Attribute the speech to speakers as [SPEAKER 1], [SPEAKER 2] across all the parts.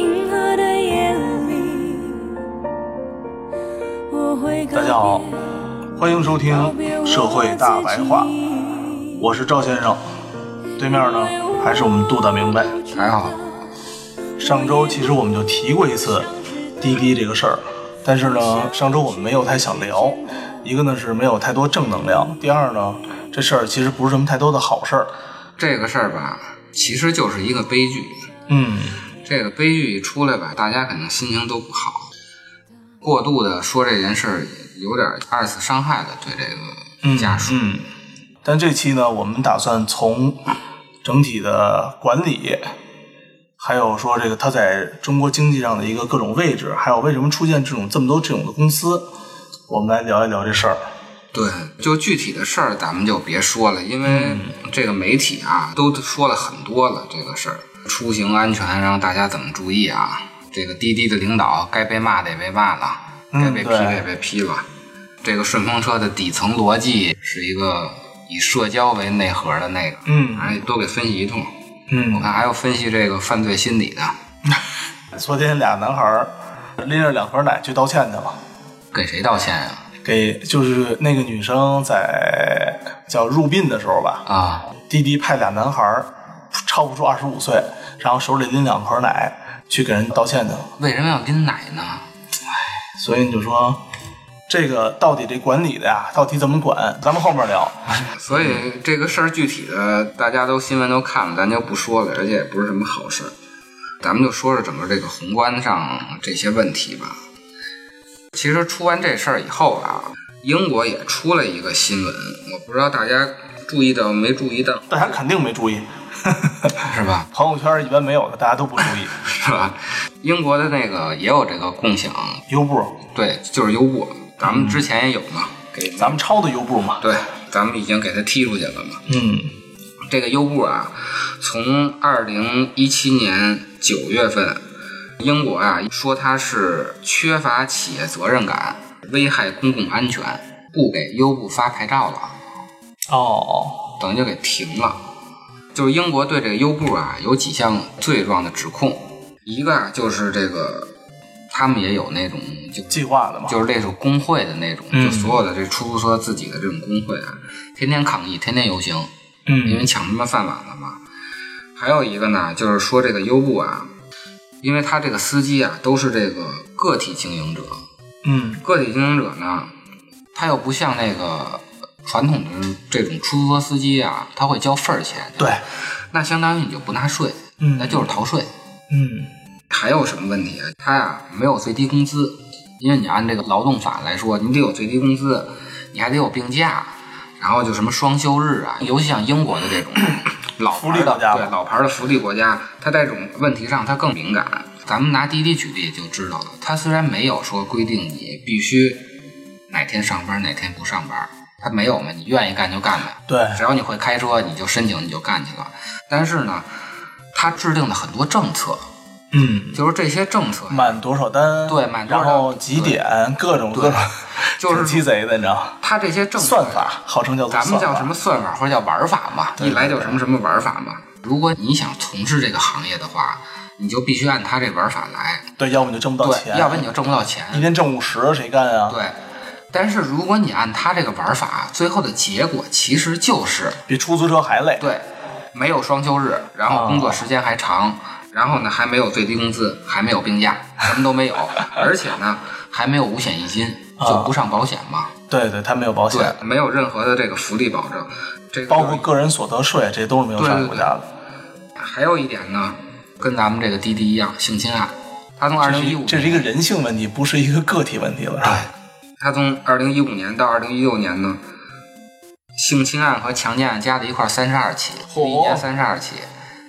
[SPEAKER 1] 银河的夜里，我会告别
[SPEAKER 2] 大家好，欢迎收听《社会大白话》，我是赵先生，对面呢还是我们杜大明白。
[SPEAKER 3] 还好，
[SPEAKER 2] 上周其实我们就提过一次滴滴这个事儿，但是呢，上周我们没有太想聊，一个呢是没有太多正能量，第二呢，这事儿其实不是什么太多的好事儿。
[SPEAKER 3] 这个事儿吧，其实就是一个悲剧。
[SPEAKER 2] 嗯，
[SPEAKER 3] 这个悲剧一出来吧，大家肯定心情都不好，过度的说这件事儿也有点二次伤害了对这个家属。
[SPEAKER 2] 嗯，但这期呢，我们打算从整体的管理，还有说这个它在中国经济上的一个各种位置，还有为什么出现这种这么多这种的公司，我们来聊一聊这事儿。
[SPEAKER 3] 对，就具体的事儿咱们就别说了，因为
[SPEAKER 2] 嗯
[SPEAKER 3] 这个媒体啊都说了很多了这个事儿。出行安全，让大家怎么注意啊？这个滴滴的领导该被骂得被骂了，
[SPEAKER 2] 嗯
[SPEAKER 3] 该被批
[SPEAKER 2] 对
[SPEAKER 3] 得被批了。这个顺风车的底层逻辑是一个以社交为内核的那个，
[SPEAKER 2] 嗯
[SPEAKER 3] 反正都给分析一通。我
[SPEAKER 2] 嗯，
[SPEAKER 3] 看还要分析这个犯罪心理的，
[SPEAKER 2] 昨天俩男孩儿拎着两盒奶去道歉去了。
[SPEAKER 3] 给谁道歉啊呀、
[SPEAKER 2] 给就是那个女生在叫入殡的时候吧，
[SPEAKER 3] 啊？啊，
[SPEAKER 2] 滴滴派俩男孩儿超不出二十五岁，然后手里拎两盒奶去给人道歉去了。
[SPEAKER 3] 为什么要拎奶呢？
[SPEAKER 2] 所以你就说，这个到底这管理的呀，到底怎么管？咱们后面聊。
[SPEAKER 3] 所以这个事儿具体的大家都新闻都看了，咱就不说了，而且也不是什么好事儿。咱们就说说整个这个宏观上这些问题吧。其实出完这事儿以后啊，英国也出了一个新闻，我不知道大家注意到没注意到，
[SPEAKER 2] 大家肯定没注意，
[SPEAKER 3] 是吧？
[SPEAKER 2] 朋友圈一般没有的，大家都不注意。
[SPEAKER 3] 是吧？英国的那个也有这个共享，
[SPEAKER 2] 优步，
[SPEAKER 3] 对，就是优步，咱们之前也有嘛，给
[SPEAKER 2] 咱们抄的优步嘛。
[SPEAKER 3] 对，咱们已经给他踢出去了嘛。
[SPEAKER 2] 嗯
[SPEAKER 3] 这个优步啊，从二零一七年九月份，英国啊说它是缺乏企业责任感，危害公共安全，不给优步发牌照了，
[SPEAKER 2] 哦，
[SPEAKER 3] 等于就给停了。就是英国对这个优步啊有几项罪状的指控，一个啊就是这个他们也有那种就
[SPEAKER 2] 计划的嘛。
[SPEAKER 3] 就是类似工会的那种，
[SPEAKER 2] 嗯
[SPEAKER 3] 就所有的这出租车自己的这种工会啊，天天抗议，天天游行，因为
[SPEAKER 2] 嗯
[SPEAKER 3] 抢他们饭碗了嘛。还有一个呢，就是说这个优步啊，因为他这个司机啊都是这个个体经营者，
[SPEAKER 2] 嗯
[SPEAKER 3] 个体经营者呢，他又不像那个传统的这种出租车司机啊，他会交份儿钱，
[SPEAKER 2] 对，
[SPEAKER 3] 那相当于你就不纳税，
[SPEAKER 2] 嗯
[SPEAKER 3] 那就是逃税。
[SPEAKER 2] 嗯
[SPEAKER 3] 还有什么问题啊？他呀、没有最低工资，因为你按这个劳动法来说，你得有最低工资，你还得有病假，然后就什么双休日啊，尤其像英国的 这种老牌
[SPEAKER 2] 福利
[SPEAKER 3] 的
[SPEAKER 2] 国家
[SPEAKER 3] 对老牌的福利国家，它在这种问题上它更敏感。咱们拿滴滴举例就知道了，它虽然没有说规定你必须哪天上班哪天不上班，它没有嘛，你愿意干就干呗。
[SPEAKER 2] 对，
[SPEAKER 3] 只要你会开车，你就申请，你就干去了。但是呢，它制定的很多政策，
[SPEAKER 2] 嗯，
[SPEAKER 3] 就是这些政策，
[SPEAKER 2] 满多少单？
[SPEAKER 3] 对满多少
[SPEAKER 2] 然后几点？各种各种，
[SPEAKER 3] 就是
[SPEAKER 2] 挺鸡贼的，你知道。
[SPEAKER 3] 它这些政策
[SPEAKER 2] 算，法，号称叫做
[SPEAKER 3] 咱们
[SPEAKER 2] 算
[SPEAKER 3] 叫
[SPEAKER 2] 法
[SPEAKER 3] 什？么算法或者叫玩法嘛，
[SPEAKER 2] 对
[SPEAKER 3] 一来就什么什么玩法嘛。如果你想从事这个行业的话，你就必须按它这玩法来，
[SPEAKER 2] 对，要不你就挣不到钱，嗯
[SPEAKER 3] 对，要不然你就挣不到钱，
[SPEAKER 2] 一天挣五十，谁干啊？
[SPEAKER 3] 对。但是如果你按它这个玩法，最后的结果其实就是
[SPEAKER 2] 比出租车还累。哦
[SPEAKER 3] 对，没有双休日，然后工作时间还长，然后呢还没有最低工资，还没有病假，什么都 没有，而且呢还没有五险一金，就不上保险嘛。
[SPEAKER 2] 对对，他没有保险，
[SPEAKER 3] 对，没有任何的这个福利保障，这个
[SPEAKER 2] 包括个人所得税，这都是没有上
[SPEAKER 3] 对对
[SPEAKER 2] 国家的。
[SPEAKER 3] 还有一点呢，跟咱们这个滴滴一样，性侵案，他从二
[SPEAKER 2] 这
[SPEAKER 3] 零
[SPEAKER 2] 是
[SPEAKER 3] 一
[SPEAKER 2] 一
[SPEAKER 3] 五
[SPEAKER 2] 这是一个人性问题，不是一个个体问题了。
[SPEAKER 3] 对，他从二零一五年到二零一六年呢，性侵案和强奸案加在一块三十二起，
[SPEAKER 2] 嚯
[SPEAKER 3] 一年三十二起，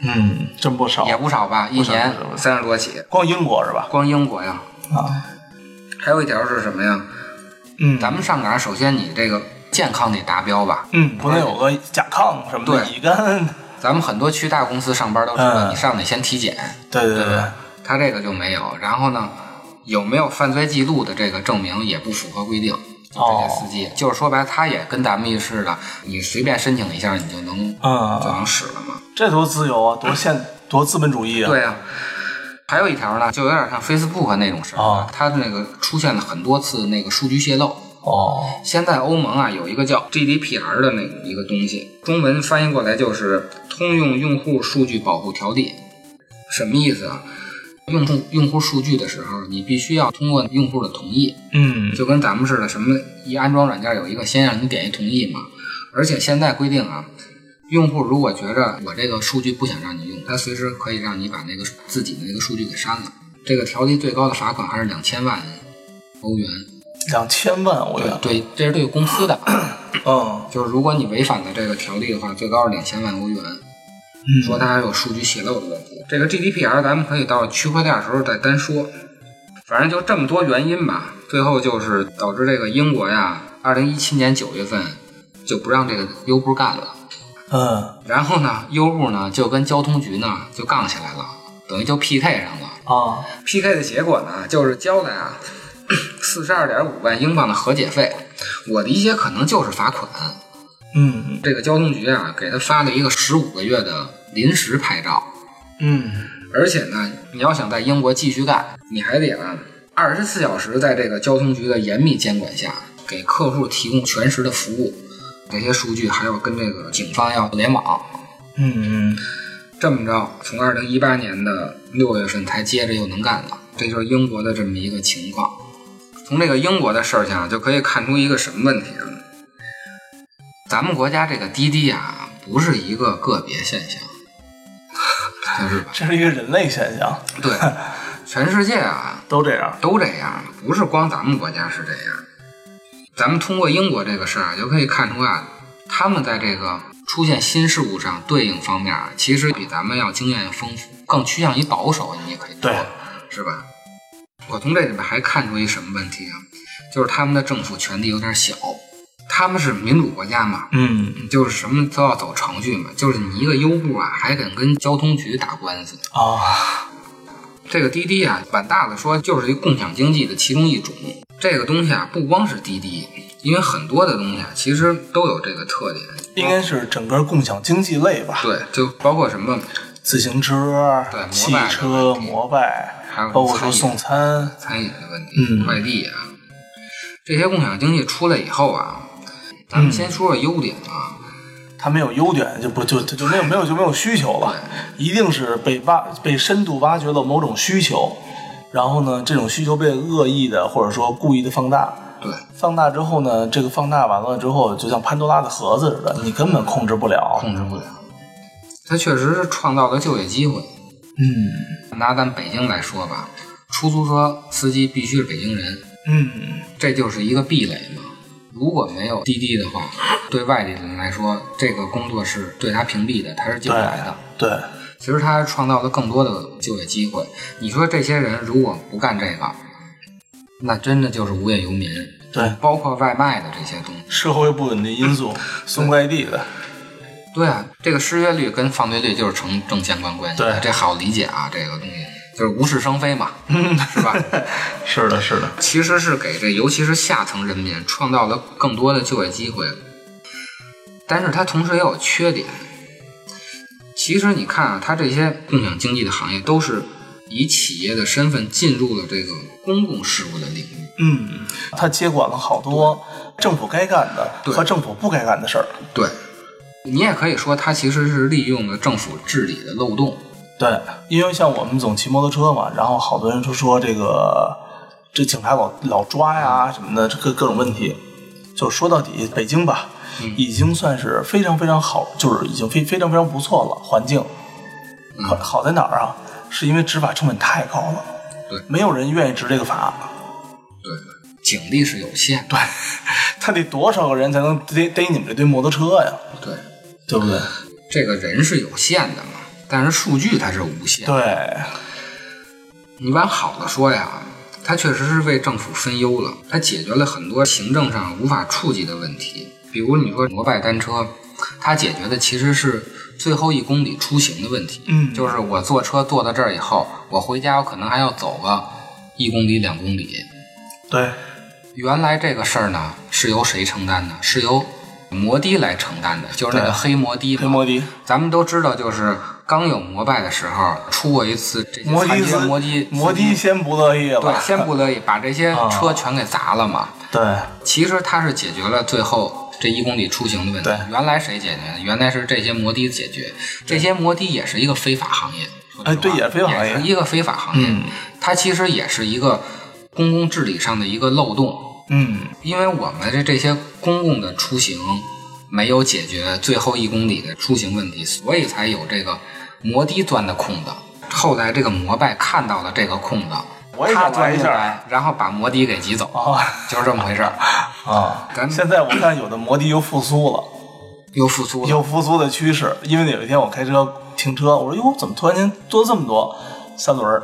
[SPEAKER 2] 嗯，真不少
[SPEAKER 3] 也，不少吧？一
[SPEAKER 2] 不少
[SPEAKER 3] 年
[SPEAKER 2] 不少不少
[SPEAKER 3] 三十多起，
[SPEAKER 2] 光英国是吧？
[SPEAKER 3] 光英国呀。
[SPEAKER 2] 啊，
[SPEAKER 3] 还有一条是什么呀？
[SPEAKER 2] 嗯，
[SPEAKER 3] 咱们上岗，首先你这个健康得达标吧。
[SPEAKER 2] 嗯，不能有个甲亢什么的
[SPEAKER 3] 对
[SPEAKER 2] 乙肝，
[SPEAKER 3] 咱们很多去大公司上班都知道，
[SPEAKER 2] 嗯
[SPEAKER 3] 你上得先体检，
[SPEAKER 2] 对对对，
[SPEAKER 3] 他这个就没有。然后呢，有没有犯罪记录的这个证明也不符合规定。就这些司机，就是说白了，他也跟咱们似的，你随便申请一下，你就能就
[SPEAKER 2] 嗯，
[SPEAKER 3] 能使了嘛。
[SPEAKER 2] 这多自由啊，多现多资本主义啊！
[SPEAKER 3] 对啊，还有一条呢，就有点像 Facebook 那种事儿、
[SPEAKER 2] 哦
[SPEAKER 3] 它那个出现了很多次那个数据泄露。
[SPEAKER 2] 哦，
[SPEAKER 3] 现在欧盟啊有一个叫 GDPR 的那个一个东西，中文翻译过来就是《通用用户数据保护条例》，什么意思啊？用户用户数据的时候，你必须要通过用户的同意，
[SPEAKER 2] 嗯，
[SPEAKER 3] 就跟咱们似的，什么一安装软件有一个先让你点一同意嘛。而且现在规定啊，用户如果觉着我这个数据不想让你用，他随时可以让你把那个自己的那个数据给删了。这个条例最高的罚款还是两千万欧元。
[SPEAKER 2] 两千万欧元
[SPEAKER 3] 对，对，这是对公司的，
[SPEAKER 2] 嗯，
[SPEAKER 3] 就是如果你违反了这个条例的话，最高是两千万欧元。说它还有数据泄露的问题。这个 GDPR 咱们可以到区块链的时候再单说。反正就这么多原因吧，最后就是导致这个英国呀，二零一七年九月份就不让这个优步干了。
[SPEAKER 2] 嗯
[SPEAKER 3] 然后呢，优步呢就跟交通局呢就杠起来了，等于就 PK 上了。
[SPEAKER 2] 啊，
[SPEAKER 3] PK 的结果呢，就是交代啊 四十二点五万英镑的和解费，我理解可能就是罚款。
[SPEAKER 2] 嗯
[SPEAKER 3] 这个交通局啊，给他发了一个十五个月的临时牌照，
[SPEAKER 2] 嗯，
[SPEAKER 3] 而且呢，你要想在英国继续干，你还得啊二十四小时在这个交通局的严密监管下，给客户提供全时的服务，这些数据还要跟这个警方要联网。
[SPEAKER 2] 嗯嗯，
[SPEAKER 3] 这么着，从二零一八年的六月份才接着又能干了，这就是英国的这么一个情况。从这个英国的事儿上就可以看出一个什么问题啊？咱们国家这个滴滴啊，不是一个个别现象， 就是吧？
[SPEAKER 2] 这是一个人类现象，
[SPEAKER 3] 对，全世界啊，
[SPEAKER 2] 都这样。
[SPEAKER 3] 都这样，不是光咱们国家是这样。咱们通过英国这个事儿啊，就可以看出啊，他们在这个出现新事物上对应方面啊，其实比咱们要经验丰富，更趋向于保守。你也可以说
[SPEAKER 2] 对，
[SPEAKER 3] 是吧？我从这里面还看出一什么问题啊，就是他们的政府权力有点小。他们是民主国家嘛，
[SPEAKER 2] 嗯
[SPEAKER 3] 就是什么都要走程序嘛，就是你一个优步啊，还敢跟交通局打官司，
[SPEAKER 2] 啊，
[SPEAKER 3] 这个滴滴啊，碗大的说就是一共享经济的其中一种。这个东西啊，不光是滴滴，因为很多的东西啊，其实都有这个特点。
[SPEAKER 2] 应该是整个共享经济类吧，
[SPEAKER 3] 对，就包括什么，
[SPEAKER 2] 自行车
[SPEAKER 3] 对摩、拜
[SPEAKER 2] 汽车、
[SPEAKER 3] 的问题
[SPEAKER 2] 摩拜
[SPEAKER 3] 还有，
[SPEAKER 2] 包括说
[SPEAKER 3] 餐饮
[SPEAKER 2] 送餐，
[SPEAKER 3] 餐饮的问题、
[SPEAKER 2] 嗯
[SPEAKER 3] 快递啊，这些共享经济出来以后啊，咱们先说说优点啊。
[SPEAKER 2] 它没有优点，就不就就就没有没有就没有需求了，一定是被挖被深度挖掘了某种需求，然后呢，这种需求被恶意的或者说故意的放大，
[SPEAKER 3] 对，
[SPEAKER 2] 放大之后呢，这个放大完了之后，就像潘多拉的盒子似的，你根本控制不了。
[SPEAKER 3] 控制不了。它确实是创造了就业机会。
[SPEAKER 2] 嗯
[SPEAKER 3] 拿咱北京来说吧，出租车司机必须是北京人，
[SPEAKER 2] 嗯，
[SPEAKER 3] 这就是一个壁垒嘛。如果没有滴滴的话，对外地人来说，这个工作是对他屏蔽的，他是进不来的。
[SPEAKER 2] 对，
[SPEAKER 3] 其实他创造了更多的就业机会。你说这些人如果不干这个，那真的就是无业游民。
[SPEAKER 2] 对，
[SPEAKER 3] 包括外卖的这些东西。
[SPEAKER 2] 社会不稳定因素，送快递的，
[SPEAKER 3] 对啊，这个失业率跟犯罪率就是成正相关关系的，
[SPEAKER 2] 对
[SPEAKER 3] 这好理解啊，这个东西就是无事生非嘛，是吧？
[SPEAKER 2] 是的，是的，
[SPEAKER 3] 其实是给这，尤其是下层人民创造了更多的就业机会，但是它同时也有缺点。其实你看啊，它这些共享经济的行业都是以企业的身份进入了这个公共事务的领域。
[SPEAKER 2] 嗯，他接管了好多政府该干的
[SPEAKER 3] 对
[SPEAKER 2] 和政府不该干的事儿，
[SPEAKER 3] 对，你也可以说它其实是利用了政府治理的漏洞。
[SPEAKER 2] 对，因为像我们总骑摩托车嘛，然后好多人就说这个这警察老老抓呀什么的，这各各种问题。就说到底，北京吧，
[SPEAKER 3] 嗯
[SPEAKER 2] 已经算是非常非常好，就是已经非非常非常不错了。环境
[SPEAKER 3] 嗯
[SPEAKER 2] 好好在哪儿啊？是因为执法成本太高了，
[SPEAKER 3] 对
[SPEAKER 2] 没有人愿意执这个法。
[SPEAKER 3] 对，警力是有限的。
[SPEAKER 2] 对，他得多少个人才能逮逮你们这堆摩托车呀？
[SPEAKER 3] 对，
[SPEAKER 2] 对不对？
[SPEAKER 3] 这个人是有限的嘛，但是数据它是无限。
[SPEAKER 2] 对，
[SPEAKER 3] 你往好的说呀，它确实是为政府分忧了，它解决了很多行政上无法触及的问题，比如你说摩拜单车，它解决的其实是最后一公里出行的问题。
[SPEAKER 2] 嗯
[SPEAKER 3] 就是我坐车坐到这儿以后，我回家我可能还要走个一公里两公里。
[SPEAKER 2] 对，
[SPEAKER 3] 原来这个事儿呢是由谁承担呢？是由摩的来承担的，就是那个
[SPEAKER 2] 对
[SPEAKER 3] 黑摩的嘛。
[SPEAKER 2] 黑摩的，
[SPEAKER 3] 咱们都知道，就是刚有摩拜的时候，出过一次这些
[SPEAKER 2] 摩的
[SPEAKER 3] 残
[SPEAKER 2] 是
[SPEAKER 3] 缺摩的
[SPEAKER 2] 摩的先不乐意了
[SPEAKER 3] 对，，先不乐意把这
[SPEAKER 2] 啊
[SPEAKER 3] 些车全给砸了嘛。
[SPEAKER 2] 对
[SPEAKER 3] 其实它是解决了最后这一公里出行的问题
[SPEAKER 2] 对。
[SPEAKER 3] 原来谁解决的？原来是这些摩的解决。这些摩的也是一个非法行业。说实话
[SPEAKER 2] 哎对也是非法行业
[SPEAKER 3] 也是一个非法行业。
[SPEAKER 2] 嗯
[SPEAKER 3] 它其实也是一个公共治理上的一个漏洞，
[SPEAKER 2] 嗯，
[SPEAKER 3] 因为我们的这些公共的出行没有解决最后一公里的出行问题，所以才有这个摩的钻的空子。后来这个摩拜看到了这个空子，
[SPEAKER 2] 我也
[SPEAKER 3] 他
[SPEAKER 2] 想钻
[SPEAKER 3] 钻
[SPEAKER 2] 一
[SPEAKER 3] 进
[SPEAKER 2] 下
[SPEAKER 3] 来，然后把摩的给挤走，
[SPEAKER 2] 啊
[SPEAKER 3] 就是这么回事 儿。
[SPEAKER 2] 啊！
[SPEAKER 3] 咱们
[SPEAKER 2] 现在我看有的摩的又复苏了。
[SPEAKER 3] 又复苏了，
[SPEAKER 2] 有复苏的趋势。因为有一天我开车停车，我说哟，怎么突然间多这么多三轮儿？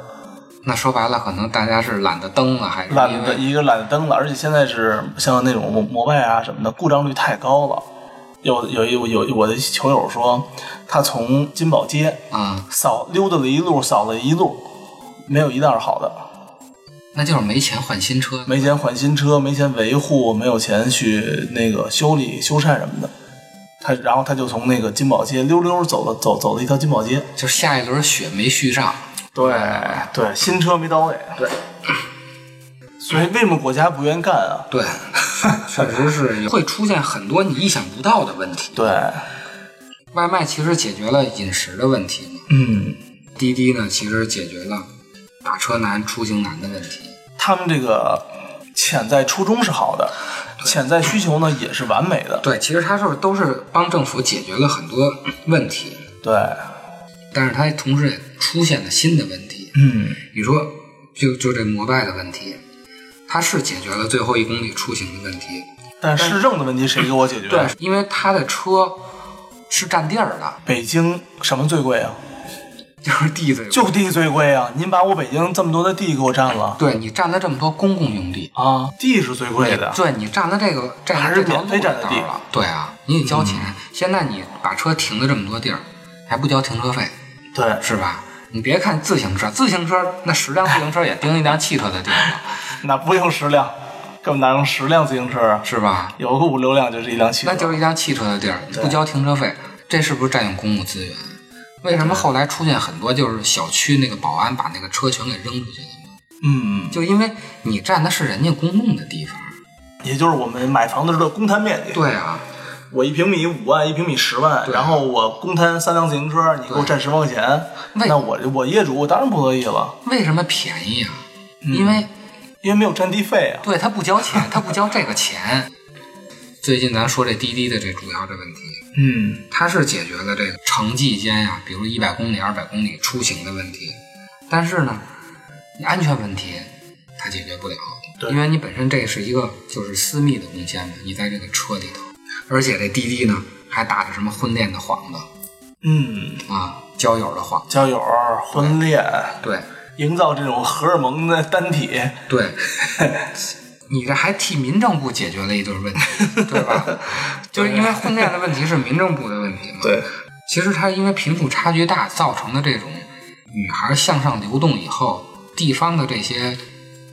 [SPEAKER 3] 那说白了，可能大家是懒得蹬了，还是
[SPEAKER 2] 懒
[SPEAKER 3] 因
[SPEAKER 2] 得
[SPEAKER 3] 为
[SPEAKER 2] 一个懒得蹬了，而且现在是像那种摩摩拜啊什么的，故障率太高了。有有有有我的球友说，他从金宝街
[SPEAKER 3] 啊、
[SPEAKER 2] 扫溜达了一路，扫了一路，没有一辆是好的，
[SPEAKER 3] 那就是没钱换新车。
[SPEAKER 2] 没钱换新车，没钱维护，没有钱去那个修理修缮什么的。他然后他就从那个金宝街溜溜走了走走了一条金宝街，
[SPEAKER 3] 就是下一轮雪没续上，
[SPEAKER 2] 对对，新车没到位。
[SPEAKER 3] 对
[SPEAKER 2] 所以为什么国家不愿意干啊？
[SPEAKER 3] 对，确实是有会出现很多你意想不到的问题。
[SPEAKER 2] 对，
[SPEAKER 3] 外卖其实解决了饮食的问题嘛，
[SPEAKER 2] 嗯，
[SPEAKER 3] 滴滴呢其实解决了打车难、出行难的问题。
[SPEAKER 2] 他们这个潜在初衷是好的，潜在需求呢也是完美的。
[SPEAKER 3] 对，其实它是都是帮政府解决了很多问题，
[SPEAKER 2] 对，
[SPEAKER 3] 但是它同时也出现了新的问题。
[SPEAKER 2] 嗯，
[SPEAKER 3] 你说，就就这摩拜的问题，它是解决了最后一公里出行的问题，
[SPEAKER 2] 但是市政的问题谁给我解决？，啊
[SPEAKER 3] 因为它的车是占地儿的，
[SPEAKER 2] 北京什么最贵啊？
[SPEAKER 3] 就是地最贵
[SPEAKER 2] 就地最贵啊！您把我北京这么多的地给我占了
[SPEAKER 3] 对你占了这么多公共用地，
[SPEAKER 2] 啊，地是最贵的。
[SPEAKER 3] 对你占了这个占
[SPEAKER 2] 还
[SPEAKER 3] 了
[SPEAKER 2] 是
[SPEAKER 3] 这条
[SPEAKER 2] 免
[SPEAKER 3] 路
[SPEAKER 2] 费占的
[SPEAKER 3] 道
[SPEAKER 2] 地嗯
[SPEAKER 3] 了，对啊，你得交钱。现在你把车停了这么多地儿，还不交停车费，
[SPEAKER 2] 对，
[SPEAKER 3] 是吧？你别看自行车，自行车那十辆自行车也 盯一辆汽车的地儿了，
[SPEAKER 2] 那不用十辆，根本哪用十辆自行车啊？
[SPEAKER 3] 是吧？
[SPEAKER 2] 有个五六辆就是一辆汽车。
[SPEAKER 3] 那就是一辆汽车的地儿，你不交停车费，这是不是占用公共资源？啊为什么后来出现很多就是小区那个保安把那个车全给扔出去了？
[SPEAKER 2] 嗯，
[SPEAKER 3] 就因为你占的是人家公共的地方。
[SPEAKER 2] 也就是我们买房的时候的公摊面积。
[SPEAKER 3] 对啊，
[SPEAKER 2] 我一平米五万，一平米十万，
[SPEAKER 3] 对
[SPEAKER 2] 然后我公摊三辆自行车，你给我占十万块钱，
[SPEAKER 3] 为
[SPEAKER 2] 那我我业主我当然不乐意了，
[SPEAKER 3] 为什么便宜啊？因为
[SPEAKER 2] 因为没有占地费啊。
[SPEAKER 3] 对他不交钱，他不交这个钱。 最近咱说这滴滴的这主要的问题，
[SPEAKER 2] 嗯，
[SPEAKER 3] 它是解决了这个城际间呀、比如一百公里、二百公里出行的问题，但是呢，你安全问题它解决不了，
[SPEAKER 2] 对
[SPEAKER 3] 因为你本身这是一个就是私密的空间嘛，你在这个车里头，而且这滴滴呢还打着什么婚恋的幌子
[SPEAKER 2] 嗯，
[SPEAKER 3] 啊，交友的幌子，
[SPEAKER 2] 交友、婚恋，
[SPEAKER 3] 对
[SPEAKER 2] 营造这种荷尔蒙的单体，
[SPEAKER 3] 对。 你这还替民政部解决了一堆问题，对吧？ 就是因为婚恋的问题是民政部的问题嘛。
[SPEAKER 2] 对，
[SPEAKER 3] 其实它因为贫富差距大造成的这种女孩向上流动以后，地方的这些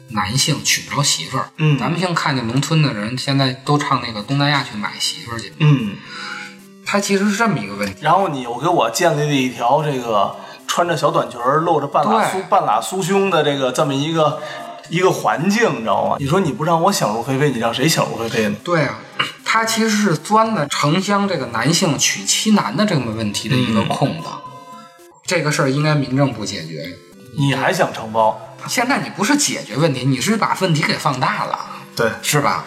[SPEAKER 3] 男性娶不着媳妇儿。
[SPEAKER 2] 嗯
[SPEAKER 3] 咱们现在看见农村的人现在都唱那个东南亚去买媳妇儿去，
[SPEAKER 2] 嗯，
[SPEAKER 3] 它其实是这么一个问题。
[SPEAKER 2] 然后你又给我建立了一条这个穿着小短裙儿、露着半拉
[SPEAKER 3] 对
[SPEAKER 2] 酥半拉酥胸的这个这么一个一个环境，你知道吗？你说你不让我想入非非，你让谁想入非非呢？
[SPEAKER 3] 对啊，它其实是钻了城乡这个男性娶妻难的这么问题的一个空子。这个事儿应该民政部解决。
[SPEAKER 2] 你还想承包？
[SPEAKER 3] 现在你不是解决问题，你是把问题给放大了，
[SPEAKER 2] 对，
[SPEAKER 3] 是吧？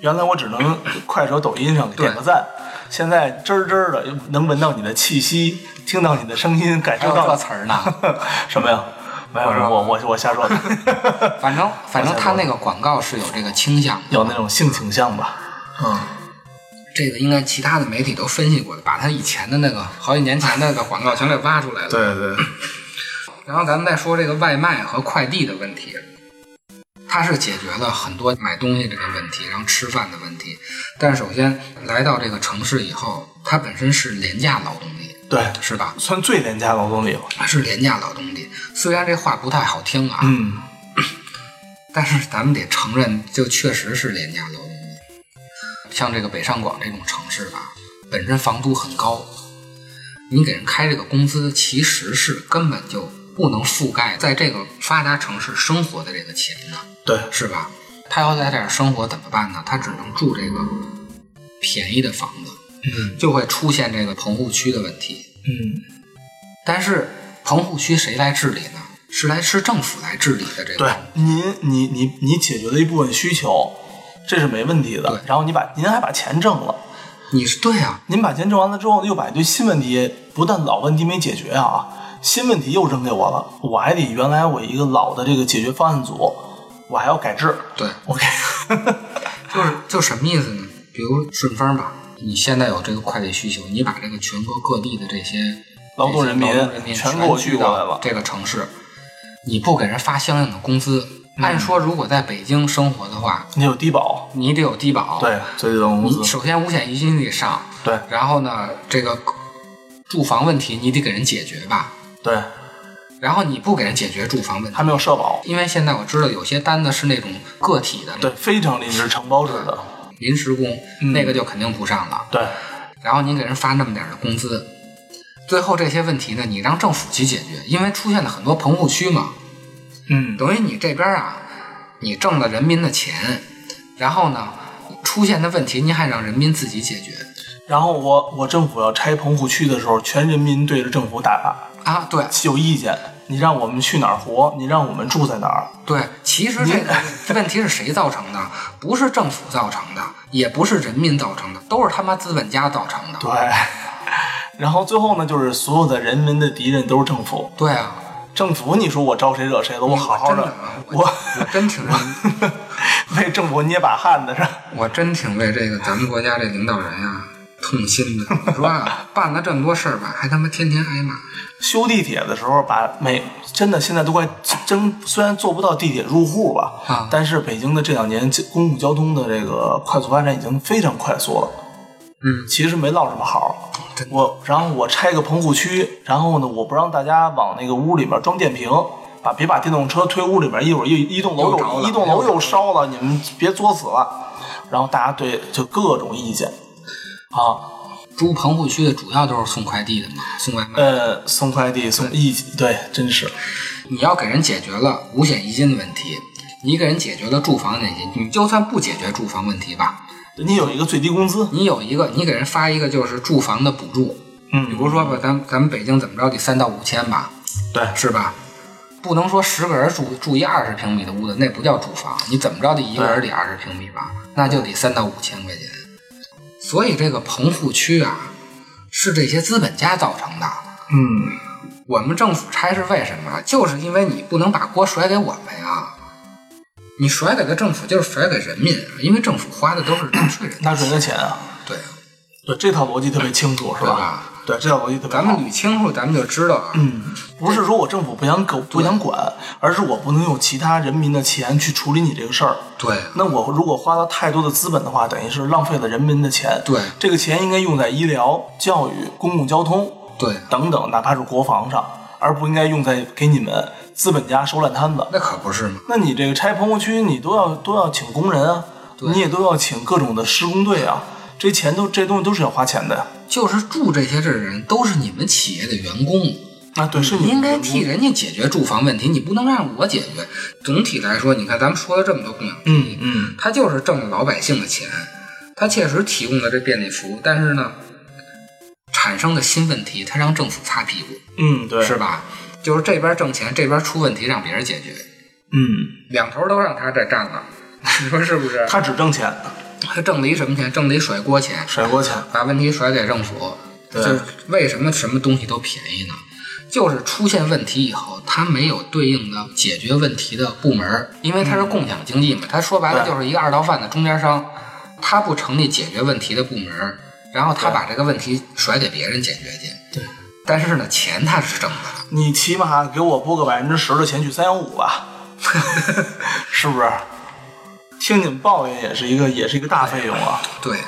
[SPEAKER 2] 原来我只能快手、抖音上给点个赞，现在真儿真儿的能闻到你的气息，听到你的声音，感
[SPEAKER 3] 还
[SPEAKER 2] 受
[SPEAKER 3] 有
[SPEAKER 2] 到
[SPEAKER 3] 这词儿呢。
[SPEAKER 2] 什么呀？没有，我我我瞎说的，
[SPEAKER 3] 反正反正他那个广告是有这个倾向的，
[SPEAKER 2] 有那种性倾向吧？嗯，
[SPEAKER 3] 这个应该其他的媒体都分析过的，把他以前的那个好几年前的那个广告全给挖出来了。
[SPEAKER 2] 对对，
[SPEAKER 3] 然后咱们再说这个外卖和快递的问题，它是解决了很多买东西这个问题，然后吃饭的问题。但是首先来到这个城市以后，它本身是廉价劳动力，
[SPEAKER 2] 对
[SPEAKER 3] 是吧？
[SPEAKER 2] 算最廉价劳动力了。
[SPEAKER 3] 是廉价劳动力。虽然这话不太好听啊，
[SPEAKER 2] 嗯，
[SPEAKER 3] 但是咱们得承认，就确实是廉价劳动力。像这个北上广这种城市吧，本身房租很高，你给人开这个工资，其实是根本就不能覆盖在这个发达城市生活的这个钱的，
[SPEAKER 2] 对，
[SPEAKER 3] 是吧？他要在这儿生活怎么办呢？他只能住这个便宜的房子，
[SPEAKER 2] 嗯
[SPEAKER 3] 就会出现这个棚户区的问题。
[SPEAKER 2] 嗯，
[SPEAKER 3] 但是棚户区谁来治理呢？是来市政府来治理的这个。
[SPEAKER 2] 对，您你你你解决了一部分需求，这是没问题的
[SPEAKER 3] 对。
[SPEAKER 2] 然后你把您还把钱挣了。
[SPEAKER 3] 你是对啊，
[SPEAKER 2] 您把钱挣完了之后，又把一堆新问题，不但老问题没解决啊，新问题又扔给我了，我还得原来我一个老的这个解决方案组，我还要改制。
[SPEAKER 3] 对，
[SPEAKER 2] 我改，
[SPEAKER 3] 就是就什么意思呢？比如顺丰吧，你现在有这个快递需求，你把这个全国各地的这些
[SPEAKER 2] 劳动人民
[SPEAKER 3] 这些劳动人民
[SPEAKER 2] 全给我聚
[SPEAKER 3] 聚
[SPEAKER 2] 过来了
[SPEAKER 3] 到这个城市，你不给人发相应的工资，
[SPEAKER 2] 嗯
[SPEAKER 3] 按说如果在北京生活的话，
[SPEAKER 2] 你有低保，
[SPEAKER 3] 你得有低保，，
[SPEAKER 2] 对，最低工
[SPEAKER 3] 你
[SPEAKER 2] 资，
[SPEAKER 3] 首先五险一金得上，
[SPEAKER 2] 对
[SPEAKER 3] 然后呢，这个住房问题你得给人解决吧，
[SPEAKER 2] 对，
[SPEAKER 3] 然后你不给人解决住房问题
[SPEAKER 2] 还，没有社保，
[SPEAKER 3] 因为现在我知道有些单子是那种个体的，
[SPEAKER 2] 对，，非常临时承包制的，
[SPEAKER 3] 临时工，
[SPEAKER 2] 嗯
[SPEAKER 3] 那个就肯定不上了。
[SPEAKER 2] 对，
[SPEAKER 3] 然后您给人发那么点儿的工资，最后这些问题呢，你让政府去解决，因为出现了很多棚户区嘛，
[SPEAKER 2] 嗯，
[SPEAKER 3] 等于你这边啊，你挣了人民的钱，然后呢，出现的问题您还让人民自己解决
[SPEAKER 2] 然后我我政府要拆棚户区的时候，全人民对着政府打卡，
[SPEAKER 3] 啊？对
[SPEAKER 2] 有意见，你让我们去哪儿活，你让我们住在哪儿，
[SPEAKER 3] 对，其实这个问题是谁造成的？不是政府造成的，也不是人民造成的，都是他妈资本家造成的。
[SPEAKER 2] 对， 然后最后呢，就是所有的人民的敌人都是政府，
[SPEAKER 3] 对啊，
[SPEAKER 2] 政府你说我招谁惹谁了？我好好
[SPEAKER 3] 哎真
[SPEAKER 2] 的
[SPEAKER 3] 的，，啊
[SPEAKER 2] 我
[SPEAKER 3] 我 真挺让
[SPEAKER 2] 为政府捏把汗的是吧，
[SPEAKER 3] 我真挺为这个咱们国家这领导人呀、痛心的。 你说啊，办了这么多事儿吧，还他妈天天挨骂。
[SPEAKER 2] 修地铁的时候把每真的现在都快真虽然做不到地铁入户吧，
[SPEAKER 3] 啊
[SPEAKER 2] 但是北京的这两年这公共交通的这个快速发展已经非常快速了。
[SPEAKER 3] 嗯，
[SPEAKER 2] 其实没落什么好
[SPEAKER 3] 哦真。的
[SPEAKER 2] 我然后我拆个棚户区，然后呢，我不让大家往那个屋里边装电瓶，把别把电动车推屋里边，一会儿一一栋楼
[SPEAKER 3] 又着
[SPEAKER 2] 又
[SPEAKER 3] 了
[SPEAKER 2] 一栋楼又烧了，你们别作死了。然后大家对就各种意见啊，
[SPEAKER 3] 住棚户区的主要都是送快递的嘛，送外卖。
[SPEAKER 2] 呃，送快递送意对，真是
[SPEAKER 3] 你要给人解决了五险一金的问题，你给人解决了住房问题，你就算不解决住房问题吧，
[SPEAKER 2] 你有一个最低工资，
[SPEAKER 3] 你有一个，你给人发一个就是住房的补助，比
[SPEAKER 2] 嗯，
[SPEAKER 3] 如说吧，咱咱们北京怎么着得三到五千吧，
[SPEAKER 2] 对，
[SPEAKER 3] 是吧？不能说十个人住住一二十平米的屋子，那不叫住房。你怎么着得一个人得二十平米吧？那就得三到五千块钱。所以这个棚户区啊，是这些资本家造成的。
[SPEAKER 2] 嗯，
[SPEAKER 3] 我们政府拆是为什么？啊就是因为你不能把锅甩给我们呀。你甩给了政府，就是甩给人民啊，因为政府花的都是纳税人的
[SPEAKER 2] 纳税人的钱啊，
[SPEAKER 3] 对啊，
[SPEAKER 2] 对，这套逻辑特别清楚，是
[SPEAKER 3] 对
[SPEAKER 2] 吧？
[SPEAKER 3] 吧？
[SPEAKER 2] 对，这套逻辑特别
[SPEAKER 3] 咱
[SPEAKER 2] 好
[SPEAKER 3] 们。捋清楚，咱们就知道啊。
[SPEAKER 2] 不是说我政府不想管不想管，而是我不能用其他人民的钱去处理你这个事儿。
[SPEAKER 3] 对啊，
[SPEAKER 2] 那我如果花了太多的资本的话，等于是浪费了人民的钱。
[SPEAKER 3] 对
[SPEAKER 2] 这个钱应该用在医疗、教育、公共交通
[SPEAKER 3] 对啊，
[SPEAKER 2] 等等，哪怕是国防上，而不应该用在给你们资本家收烂摊子。
[SPEAKER 3] 那可不是嘛。
[SPEAKER 2] 那你这个拆棚户区，你都要都要请工人啊，
[SPEAKER 3] 对
[SPEAKER 2] 你也都要请各种的施工队啊，这钱都这东西都是要花钱的呀。
[SPEAKER 3] 就是住这些这人都是你们企业的员工，
[SPEAKER 2] 啊，对，是你
[SPEAKER 3] 你
[SPEAKER 2] 们
[SPEAKER 3] 应该
[SPEAKER 2] 员工
[SPEAKER 3] 替人家解决住房问题，你不能让我解决。总体来说，你看咱们说了这么多供养，
[SPEAKER 2] 嗯嗯，
[SPEAKER 3] 他就是挣了老百姓的钱，他确实提供了这便利服务，但是呢，产生的新问题，它让政府擦屁股，
[SPEAKER 2] 嗯，对，
[SPEAKER 3] 是吧？就是这边挣钱，这边出问题让别人解决，
[SPEAKER 2] 嗯，
[SPEAKER 3] 两头都让他这占了，你说是不是？
[SPEAKER 2] 他只挣钱，
[SPEAKER 3] 他挣了一什么钱？挣了一甩锅钱，
[SPEAKER 2] 甩锅钱，
[SPEAKER 3] 把问题甩给政府。
[SPEAKER 2] 对
[SPEAKER 3] 就是为什么什么东西都便宜呢？就是出现问题以后，它没有对应的解决问题的部门儿，因为它是共享经济嘛，它说白
[SPEAKER 2] 嗯
[SPEAKER 3] 了
[SPEAKER 2] 对
[SPEAKER 3] 就是一个二道贩子、中间商，它不成立解决问题的部门儿，然后他
[SPEAKER 2] 对
[SPEAKER 3] 把这个问题甩给别人解决去。
[SPEAKER 2] 对，
[SPEAKER 3] 但是呢，钱他是挣的，
[SPEAKER 2] 你起码给我拨个百分之十的钱去三幺五吧， 是不是？听你们抱怨也是一个，也是一个大费用啊。
[SPEAKER 3] 对。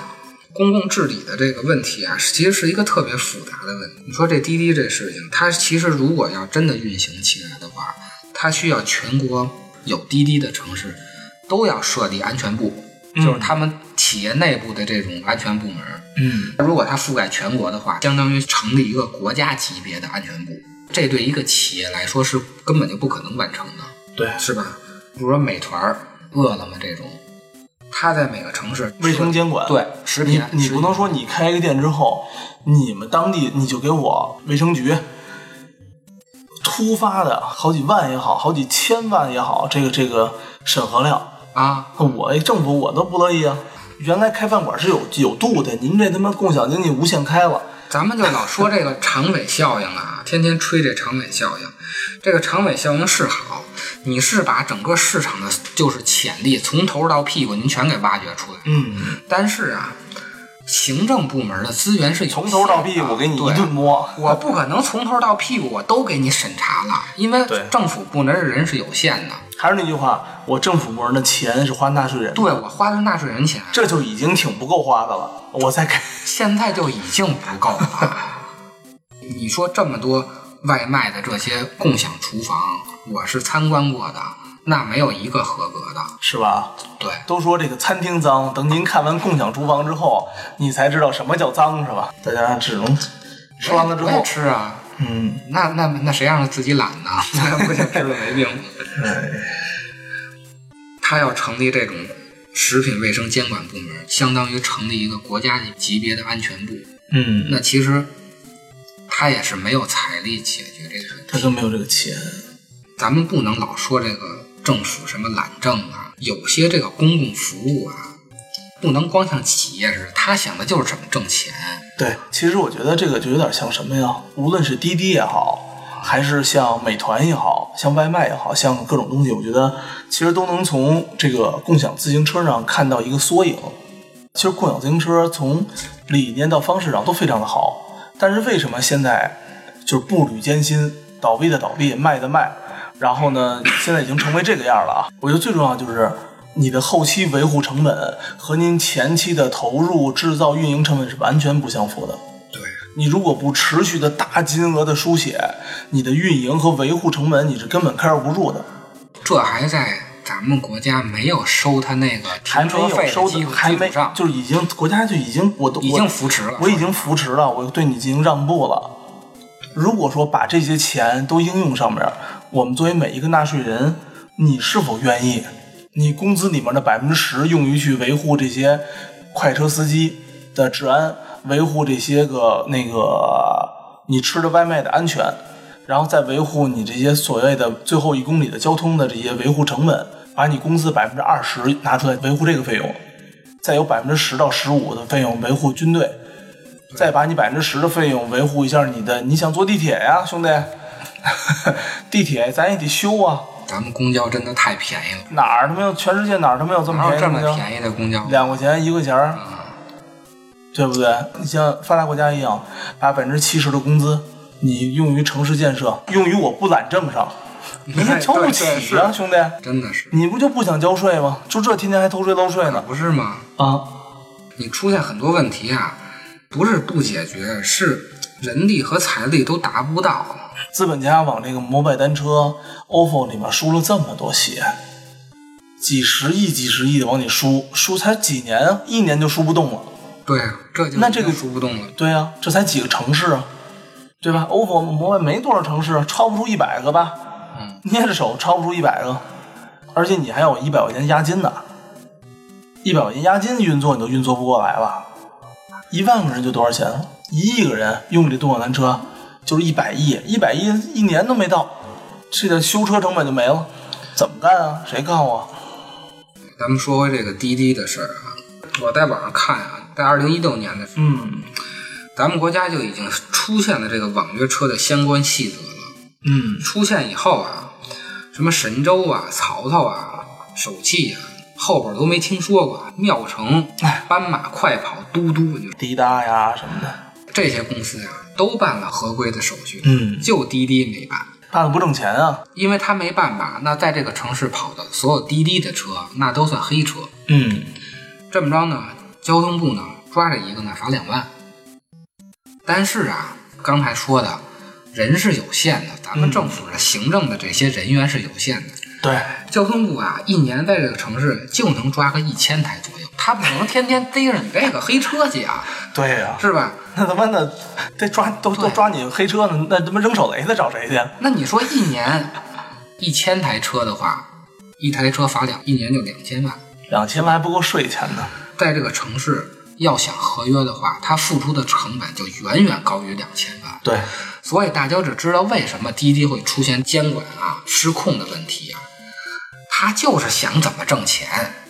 [SPEAKER 3] 公共治理的这个问题啊，是其实是一个特别复杂的问题。你说这滴滴这事情，它其实如果要真的运行起来的话，它需要全国有滴滴的城市都要设立安全部，就是他们企业内部的这种安全部门。
[SPEAKER 2] 嗯，
[SPEAKER 3] 如果它覆盖全国的话，相当于成立一个国家级别的安全部，这对一个企业来说是根本就不可能完成的，
[SPEAKER 2] 对，
[SPEAKER 3] 是吧？比如说美团儿、饿了么这种，它在每个城市
[SPEAKER 2] 卫生监管，
[SPEAKER 3] 对食品啊
[SPEAKER 2] 你你
[SPEAKER 3] 食品
[SPEAKER 2] 不能说你开一个店之后，你们当地你就给我卫生局突发的好几万也好，好几千万也好，这个这个审核量，
[SPEAKER 3] 啊，
[SPEAKER 2] 我政府我都不乐意啊。原来开饭馆是有有度的，您这他妈共享经济无限开了，
[SPEAKER 3] 咱们就老说这个长尾效应啊，天天吹这长尾效应。这个长尾效应是好，你是把整个市场的就是潜力从头到屁股您全给挖掘出来。
[SPEAKER 2] 嗯，
[SPEAKER 3] 但是啊，行政部门的资源是有
[SPEAKER 2] 从头到屁
[SPEAKER 3] 限的
[SPEAKER 2] 股给你
[SPEAKER 3] 对
[SPEAKER 2] 一顿摸，
[SPEAKER 3] 我不可能从头到屁股我都给你审查了，因为
[SPEAKER 2] 对
[SPEAKER 3] 政府部门的人是有限的。
[SPEAKER 2] 还是那句话，我政府部门的钱是花纳税人的，
[SPEAKER 3] 对我花的是纳税人钱，
[SPEAKER 2] 这就已经挺不够花的了。我再开，
[SPEAKER 3] 现在就已经不够了。 你说这么多外卖的这些共享厨房，我是参观过的，那没有一个合格的。
[SPEAKER 2] 是吧？
[SPEAKER 3] 对，
[SPEAKER 2] 都说这个餐厅脏，等您看完《共享厨房》之后，你才知道什么叫脏，是吧？大家只能吃完了之
[SPEAKER 3] 我也
[SPEAKER 2] 后，
[SPEAKER 3] 吃啊，
[SPEAKER 2] 嗯，
[SPEAKER 3] 那那那谁让自己懒 呢？那不就吃了没病吗？
[SPEAKER 2] 哎
[SPEAKER 3] 他要成立这种食品卫生监管部门，相当于成立一个国家级别的安全部。
[SPEAKER 2] 嗯，
[SPEAKER 3] 那其实他也是没有财力解决这个问题。
[SPEAKER 2] 他都没有这个钱，
[SPEAKER 3] 咱们不能老说这个政府什么懒政啊，有些这个公共服务啊，不能光像企业似的，他想的就是怎么挣钱。
[SPEAKER 2] 对，其实我觉得这个就有点像什么呀？无论是滴滴也好，还是像美团也好，像外卖也好，像各种东西，我觉得其实都能从这个共享自行车上看到一个缩影。其实共享自行车从理念到方式上都非常的好，但是为什么现在就是步履艰辛，倒闭的倒闭，卖的卖，然后呢，现在已经成为这个样了啊！我觉得最重要就是你的后期维护成本和您前期的投入、制造、运营成本是完全不相符的。
[SPEAKER 3] 对，
[SPEAKER 2] 你如果不持续的大金额的输血，你的运营和维护成本你是根本 cover 不住的，
[SPEAKER 3] 这还在咱们国家没有收他那个
[SPEAKER 2] 还
[SPEAKER 3] 停
[SPEAKER 2] 没
[SPEAKER 3] 车
[SPEAKER 2] 有
[SPEAKER 3] 费
[SPEAKER 2] 收
[SPEAKER 3] 基础
[SPEAKER 2] 还
[SPEAKER 3] 基
[SPEAKER 2] 没
[SPEAKER 3] 础上，
[SPEAKER 2] 就是已经国家就已经我都
[SPEAKER 3] 已
[SPEAKER 2] 我
[SPEAKER 3] 经扶持了。
[SPEAKER 2] 我已经扶持了，我对你进行让步了。如果说把这些钱都应用上面，我们作为每一个纳税人，你是否愿意？你工资里面的百分之十用于去维护这些快车司机的治安，维护这些个那个你吃的外卖的安全，然后再维护你这些所谓的最后一公里的交通的这些维护成本，把你工资百分之二十拿出来维护这个费用，再有百分之十到十五的费用维护军队，再把你百分之十的费用维护一下你的，你想坐地铁呀，兄弟， 地铁咱也得修啊，
[SPEAKER 3] 咱们公交真的太便宜了，
[SPEAKER 2] 哪儿他妈有全世界哪儿他妈有这么
[SPEAKER 3] 哪
[SPEAKER 2] 便
[SPEAKER 3] 有
[SPEAKER 2] 宜的
[SPEAKER 3] 这么
[SPEAKER 2] 公交？
[SPEAKER 3] 便宜的公交？
[SPEAKER 2] 两块钱一块钱儿，对不对？你像发达国家一样，把百分之七十的工资你用于城市建设，用于我不懒政 上，你这交不
[SPEAKER 3] 对对
[SPEAKER 2] 起啊，
[SPEAKER 3] 是
[SPEAKER 2] 兄弟，
[SPEAKER 3] 真的是
[SPEAKER 2] 你不就不想交税吗？就这天天还偷税漏税呢
[SPEAKER 3] 不是吗？
[SPEAKER 2] 啊！
[SPEAKER 3] 你出现很多问题啊，不是不解决，是人力和财力都达不到。
[SPEAKER 2] 资本家往这个摩拜单车、ofo 里面输了这么多血，几十亿、几十亿的往你输，输才几年啊，一年就输不动了。
[SPEAKER 3] 对，啊这就
[SPEAKER 2] 那这个
[SPEAKER 3] 已经输不动了。
[SPEAKER 2] 对呀、这才几个城市啊，对吧？OPPO 摩拜没多少城市，啊超不出一百个吧？
[SPEAKER 3] 嗯，
[SPEAKER 2] 捏着手超不出一百个，而且你还有一百块钱押金呢，一百块钱押金运作你都运作不过来了。一万个人就多少钱啊？一亿个人用你这共享单车就是一百亿，一百亿一年都没到，这个修车成本就没了，怎么干啊？谁干我？
[SPEAKER 3] 咱们说回这个滴滴的事儿啊，我在网上看啊，在二零一六年的时候，
[SPEAKER 2] 嗯
[SPEAKER 3] 咱们国家就已经出现了这个网约车的相关细则了。
[SPEAKER 2] 嗯
[SPEAKER 3] 出现以后啊，什么神州啊、曹操啊、手气啊，后边都没听说过。妙城
[SPEAKER 2] 哎、
[SPEAKER 3] 斑马、快跑、嘟嘟，就
[SPEAKER 2] 滴答呀什么的，
[SPEAKER 3] 这些公司啊，都办了合规的手续，
[SPEAKER 2] 嗯
[SPEAKER 3] 就滴滴没办。
[SPEAKER 2] 办的不挣钱啊，
[SPEAKER 3] 因为他没办吧，那在这个城市跑的所有滴滴的车，啊那都算黑车。
[SPEAKER 2] 嗯，
[SPEAKER 3] 这么着呢，交通部呢抓着一个呢罚两万。但是啊，刚才说的人是有限的，咱们政府的行政的这些人员是有限的。
[SPEAKER 2] 对，
[SPEAKER 3] 交通部啊，一年在这个城市就能抓个一千台左右，他不能天天逮着你这个黑车去啊，
[SPEAKER 2] 对呀、
[SPEAKER 3] 是吧？
[SPEAKER 2] 那他妈的得抓都都
[SPEAKER 3] 对
[SPEAKER 2] 抓你黑车呢，那他妈扔手雷的找谁去？
[SPEAKER 3] 那你说一年一千台车的话，一台车罚两，一年就两千万。
[SPEAKER 2] 两千万还不够税钱呢。
[SPEAKER 3] 在这个城市要想合约的话，它付出的成本就远远高于两千万。
[SPEAKER 2] 对，
[SPEAKER 3] 所以大家就知道为什么滴滴会出现监管啊、失控的问题啊，他就是想怎么挣钱。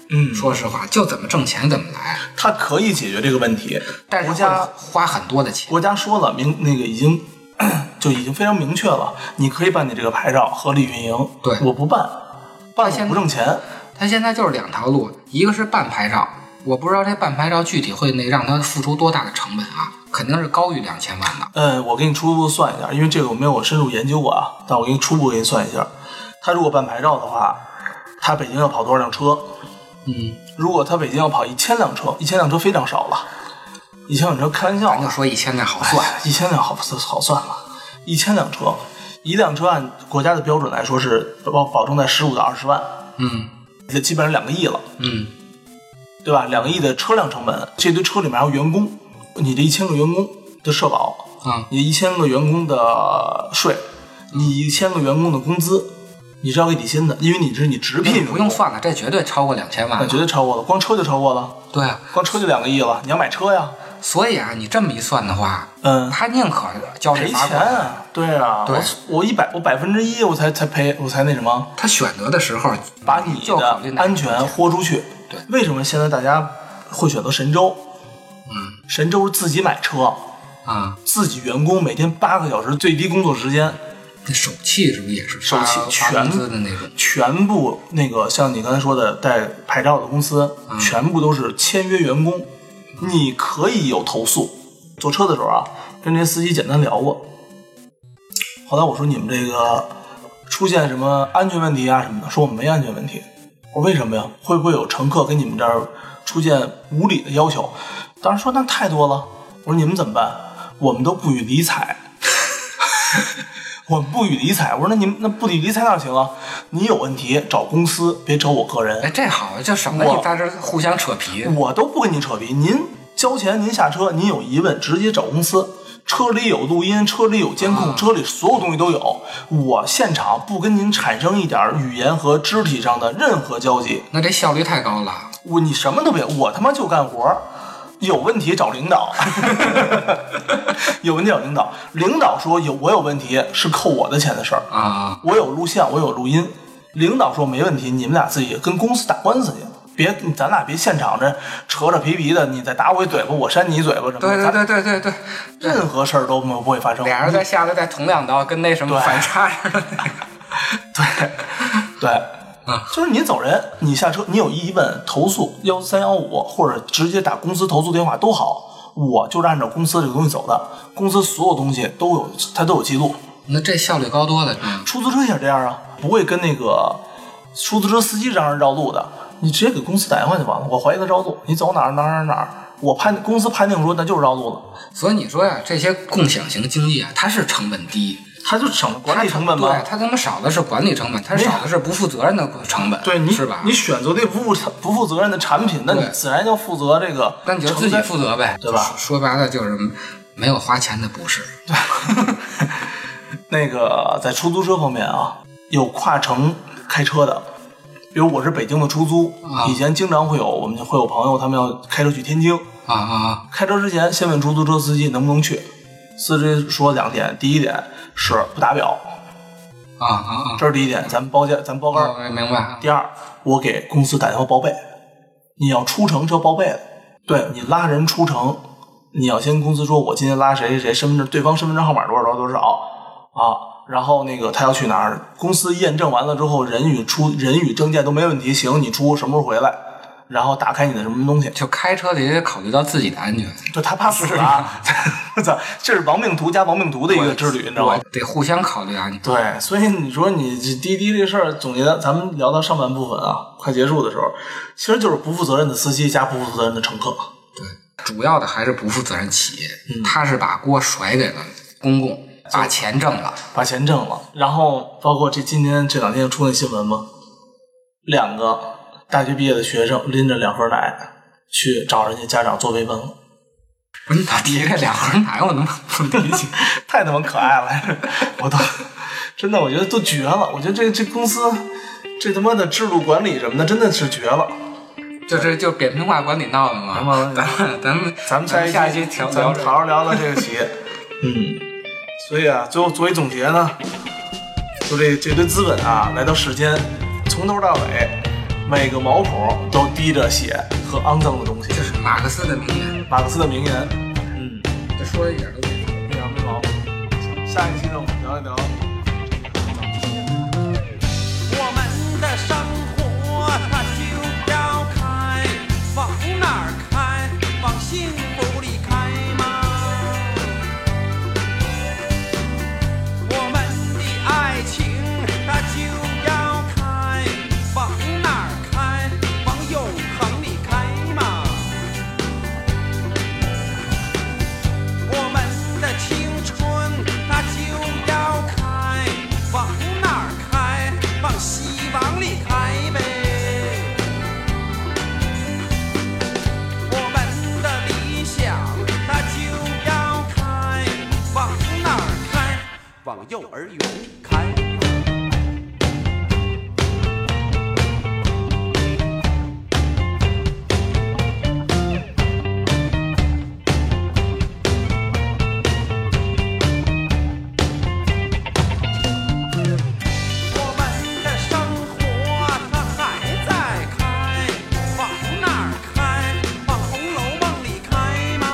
[SPEAKER 2] 嗯
[SPEAKER 3] 说实话，就怎么挣钱怎么来，
[SPEAKER 2] 他可以解决这个问题。
[SPEAKER 3] 但是
[SPEAKER 2] 国
[SPEAKER 3] 会
[SPEAKER 2] 家
[SPEAKER 3] 花很多的钱。
[SPEAKER 2] 国家说了明那个已经 就已经非常明确了，你可以办你这个牌照，合理运营。
[SPEAKER 3] 对
[SPEAKER 2] 我不办，办
[SPEAKER 3] 现
[SPEAKER 2] 我
[SPEAKER 3] 在
[SPEAKER 2] 不挣钱。
[SPEAKER 3] 他现在就是两条路，一个是办牌照，我不知道这办牌照具体会那让他付出多大的成本啊，肯定是高于两千万的。
[SPEAKER 2] 嗯，我给你初步算一下，因为这个我没有深入研究过啊，但我给你初步给你算一下，他如果办牌照的话，他北京要跑多少辆车？
[SPEAKER 3] 嗯，
[SPEAKER 2] 如果他北京要跑一千辆车，一千辆车非常少了，一千辆车开玩笑
[SPEAKER 3] 咱
[SPEAKER 2] 呢
[SPEAKER 3] 就，说一千那好
[SPEAKER 2] 算
[SPEAKER 3] 算，
[SPEAKER 2] 一千辆好好算了，一千辆车，一辆车按国家的标准来说是保保证在十五到二十万，
[SPEAKER 3] 嗯
[SPEAKER 2] 这基本上两个亿了，
[SPEAKER 3] 嗯，
[SPEAKER 2] 对吧？两个亿的车辆成本，这堆车里面还有员工，你这一千个员工的社保，
[SPEAKER 3] 啊、
[SPEAKER 2] 你一千个员工的税，你一千个员工的工资，你是要给底薪的，因为你这是你直聘员工，
[SPEAKER 3] 哎不用，算了，这绝对超过两千万
[SPEAKER 2] 那
[SPEAKER 3] 了。
[SPEAKER 2] 绝对超过了，光车就超过了，
[SPEAKER 3] 对啊，
[SPEAKER 2] 光车就两个亿了，你要买车呀，
[SPEAKER 3] 所以啊，你这么一算的话，
[SPEAKER 2] 嗯，
[SPEAKER 3] 他宁可交这
[SPEAKER 2] 赔
[SPEAKER 3] 罚
[SPEAKER 2] 钱
[SPEAKER 3] 款。
[SPEAKER 2] 啊，对啊，
[SPEAKER 3] 对
[SPEAKER 2] 我我一百我百分之一我才才赔我才那什么，
[SPEAKER 3] 他选择的时候，
[SPEAKER 2] 把你
[SPEAKER 3] 就考虑
[SPEAKER 2] 的
[SPEAKER 3] 哪个
[SPEAKER 2] 安全豁出去。
[SPEAKER 3] 对
[SPEAKER 2] 为什么现在大家会选择神州？嗯，神州是自己买车，
[SPEAKER 3] 啊，
[SPEAKER 2] 自己员工每天八个小时最低工作时间，
[SPEAKER 3] 那手气是不是也是
[SPEAKER 2] 手
[SPEAKER 3] 发
[SPEAKER 2] 气
[SPEAKER 3] 发工
[SPEAKER 2] 全
[SPEAKER 3] 资的那种？
[SPEAKER 2] 全部那个像你刚才说的带牌照的公司，
[SPEAKER 3] 嗯
[SPEAKER 2] 全部都是签约员工。你可以有投诉，坐车的时候啊，跟这些司机简单聊过。后来我说你们这个出现什么安全问题啊什么的，说我们没安全问题。我说为什么呀？会不会有乘客跟你们这儿出现无理的要求？当时说那太多了。我说你们怎么办？我们都不予理睬。 我们不予理睬。我说那你们那不予理睬哪行啊？你有问题找公司，别找我个
[SPEAKER 3] 哎，
[SPEAKER 2] 人。
[SPEAKER 3] 这好，这什么？
[SPEAKER 2] 我
[SPEAKER 3] 你在这儿互相扯皮，
[SPEAKER 2] 我都不跟您扯皮，您交钱，您下车，您有疑问直接找公司。车里有录音，车里有监控，车里所有东西都有。我现场不跟您产生一点儿语言和肢体上的任何交集，
[SPEAKER 3] 那这效率太高了。
[SPEAKER 2] 我你什么都别，我他妈就干活儿，有问题找领导， 有问题找领导，领导说有我有问题是扣我的钱的事儿，
[SPEAKER 3] 啊，
[SPEAKER 2] 我有录像，我有录音，领导说没问题，你们俩自己跟公司打官司去。别，咱俩别现场这扯扯皮皮的，你再打我一嘴巴，我扇你一嘴巴什么的。
[SPEAKER 3] 对对
[SPEAKER 2] 咱
[SPEAKER 3] 对对对对，
[SPEAKER 2] 任何事儿都不会发生。
[SPEAKER 3] 俩人再下来再捅两刀，跟那什么
[SPEAKER 2] 对
[SPEAKER 3] 反差似的。
[SPEAKER 2] 对，对，
[SPEAKER 3] 啊
[SPEAKER 2] 就是你走人，你下车，你有疑问投诉幺三幺五，或者直接打公司投诉电话都好，我就是按照公司这个东西走的，公司所有东西都有，它都有记录。
[SPEAKER 3] 那这效率高多了。嗯
[SPEAKER 2] 出租车也是这样啊，不会跟那个出租车司机嚷嚷绕路的，你直接给公司打电话就完了。我怀疑他绕路，你走哪儿哪儿哪儿哪儿，我判公司判定说那就是绕路了，
[SPEAKER 3] 所以你说呀，这些共享型经济啊，它是成本低，
[SPEAKER 2] 他就省了管理成本嘛
[SPEAKER 3] 对，。它他妈少的是管理成本，它少的是不负责任的成本，
[SPEAKER 2] 对你
[SPEAKER 3] 是吧？
[SPEAKER 2] 你选择对不负不负责任的产品，那你
[SPEAKER 3] 对
[SPEAKER 2] 自然要负责这个。
[SPEAKER 3] 那你就自己负责呗，
[SPEAKER 2] 对吧
[SPEAKER 3] 说白了就是没有花钱的不是，
[SPEAKER 2] 那个在出租车方面啊，有跨城开车的，
[SPEAKER 3] 啊
[SPEAKER 2] 比如我是北京的出租，以前经常会有我们会有朋友他们要开车去天津，
[SPEAKER 3] 啊啊
[SPEAKER 2] 开车之前先问出租车司机能不能去，司机说两点，第一点是不打表，
[SPEAKER 3] 啊啊啊！
[SPEAKER 2] 这是第一点，咱包间咱包干儿。
[SPEAKER 3] 我明白。
[SPEAKER 2] 第二，我给公司打电话报备，你要出城是要报备的。对你拉人出城，你要先跟公司说，我今天拉谁谁谁，身份证对方身份证号码多少多少多少啊，然后那个他要去哪儿，公司验证完了之后，人与出人与证件都没问题，行，你出什么时候回来，然后打开你的什么东西，
[SPEAKER 3] 就开车得也考虑到自己的安全，
[SPEAKER 2] 就他怕死啊！ 我操，这是亡命徒加亡命徒的一个之旅，你知道吗
[SPEAKER 3] 我？得互相考虑啊。你
[SPEAKER 2] 对，所以你说你这滴滴这事儿，总结咱们聊到上半部分啊，快结束的时候，其实就是不负责任的司机加不负责任的乘客。
[SPEAKER 3] 主要的还是不负责任企业，
[SPEAKER 2] 嗯
[SPEAKER 3] 他是把锅甩给了公共，把钱挣了。
[SPEAKER 2] 把钱挣了，然后包括这今天这两天又出那新闻嘛，两个大学毕业的学生拎着两盒奶去找人家家长做慰问了，
[SPEAKER 3] 不是你咋提这两盒奶，我能不 理解？
[SPEAKER 2] 太他妈可爱了，我都真的我觉得都绝了，我觉得这这公司这他妈的制度管理什么的真的是绝了。
[SPEAKER 3] 就这就扁平化管理闹的嘛。
[SPEAKER 2] 嗯
[SPEAKER 3] 咱们咱们
[SPEAKER 2] 咱们
[SPEAKER 3] 咱
[SPEAKER 2] 下
[SPEAKER 3] 们下一期调
[SPEAKER 2] 咱
[SPEAKER 3] 聊
[SPEAKER 2] 们
[SPEAKER 3] 这
[SPEAKER 2] 好
[SPEAKER 3] 个。
[SPEAKER 2] 好聊聊这个企 业。嗯，所以啊，最后作为总结呢，就这这堆资本啊，来到世间，从头到尾，每个毛孔都滴着血和肮脏的东西。
[SPEAKER 3] 这是马克思的名言，
[SPEAKER 2] 马克思的名言。嗯，
[SPEAKER 3] 这说的一点都不错。
[SPEAKER 2] 非常没毛病。下一期呢，我们聊一聊。
[SPEAKER 4] 我们的生活它就要开，往哪儿开？往幸福里开吗？我们的爱情它就要开，往哪儿开？往永恒里开吗？我们的青春它就要开，往哪儿开？往希望里开呗。我们的理想它就要开，往哪儿开？往幼儿园里开。我们的生活它还在开，往哪儿开？往《红楼梦》里开吗？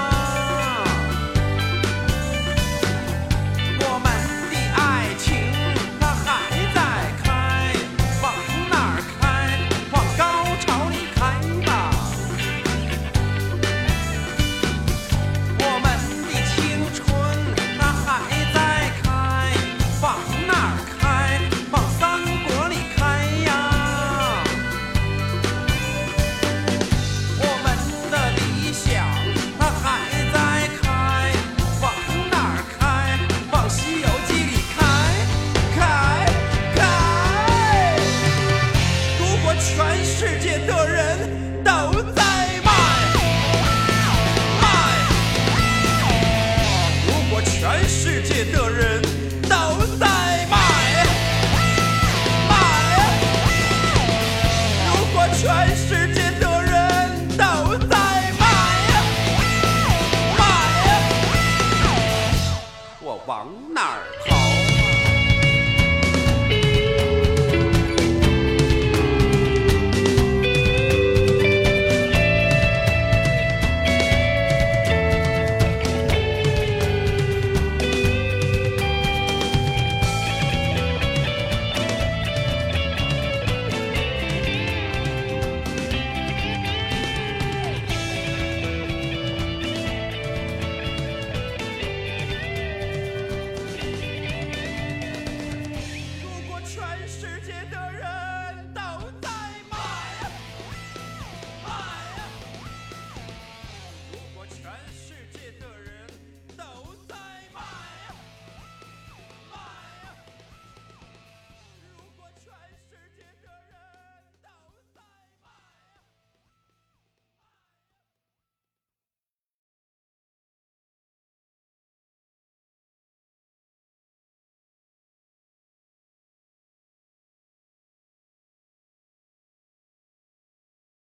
[SPEAKER 4] 我们的爱情它还在开，往哪儿开？往高潮里开吧。我们的青春它还在开，往哪儿开？往三国里开呀！我们的理想它还在开，往哪儿开？往《西游记》里开，开，开！如果全世界的人都在卖，卖。如果全世界的人都在买买，如果全世界的人都在买买，我往哪儿逃？